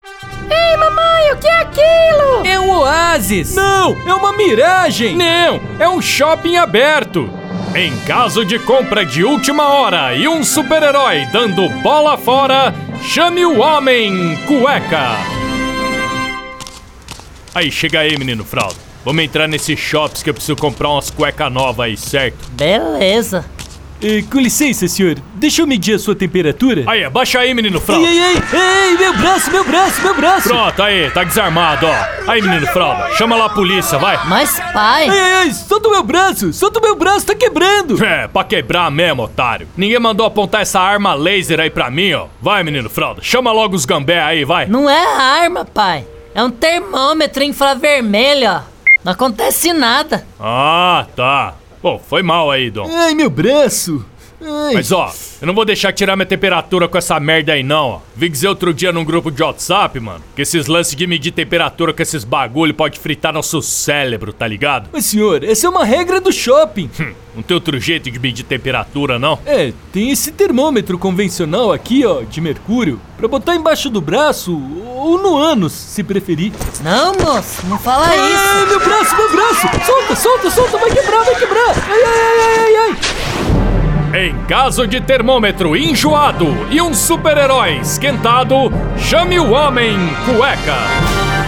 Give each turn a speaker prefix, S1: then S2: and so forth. S1: É um
S2: cartazes!
S1: Não, é uma miragem!
S2: Não, é um shopping aberto! Em caso de compra de última hora e um super-herói dando bola fora, chame o Homem Cueca! Aí, chega aí, menino fralda. Vamos entrar nesses shops que eu preciso comprar umas cuecas novas aí, certo?
S3: Beleza.
S1: Eh, com licença, senhor. Deixa eu medir a sua temperatura.
S2: Aí, abaixa aí, menino
S1: Ei,
S2: fralda!
S1: ei, ei! Ei, meu braço, meu braço, meu braço!
S2: Pronto, aí, tá desarmado, ó. Aí, menino fralda, chama lá a polícia, vai.
S3: Mas pai,
S1: Ei, ei, ei! Solta o meu braço! Solta o meu braço, tá quebrando!
S2: É, pra quebrar mesmo, otário. Ninguém mandou apontar essa arma laser aí pra mim, ó. Vai, menino fralda, chama logo os gambé aí, vai.
S3: não é arma, pai. É um termômetro infravermelho, ó. Não acontece nada.
S2: Ah, tá. Bom, foi mal aí, Dom.
S1: Ai, meu braço! Ai.
S2: Mas ó, eu não vou deixar tirar minha temperatura com essa merda aí não, ó. Vi dizer outro dia num grupo de WhatsApp, mano, que esses lances de medir temperatura com esses bagulho pode fritar nosso cérebro, tá ligado?
S1: Mas, senhor, essa é uma regra do shopping.
S2: Hum, não tem outro jeito de medir temperatura, não?
S1: É, tem esse termômetro convencional aqui, ó, de mercúrio, pra botar embaixo do braço ou no ânus, se preferir.
S3: Não, moço, não fala isso.
S1: Ai, meu braço, meu braço! Solta, solta, solta, vai quebrar, vai quebrar! Ai, ai, ai, ai, ai, ai!
S2: Em caso de termômetro enjoado e um super-herói esquentado, chame o Homem Cueca.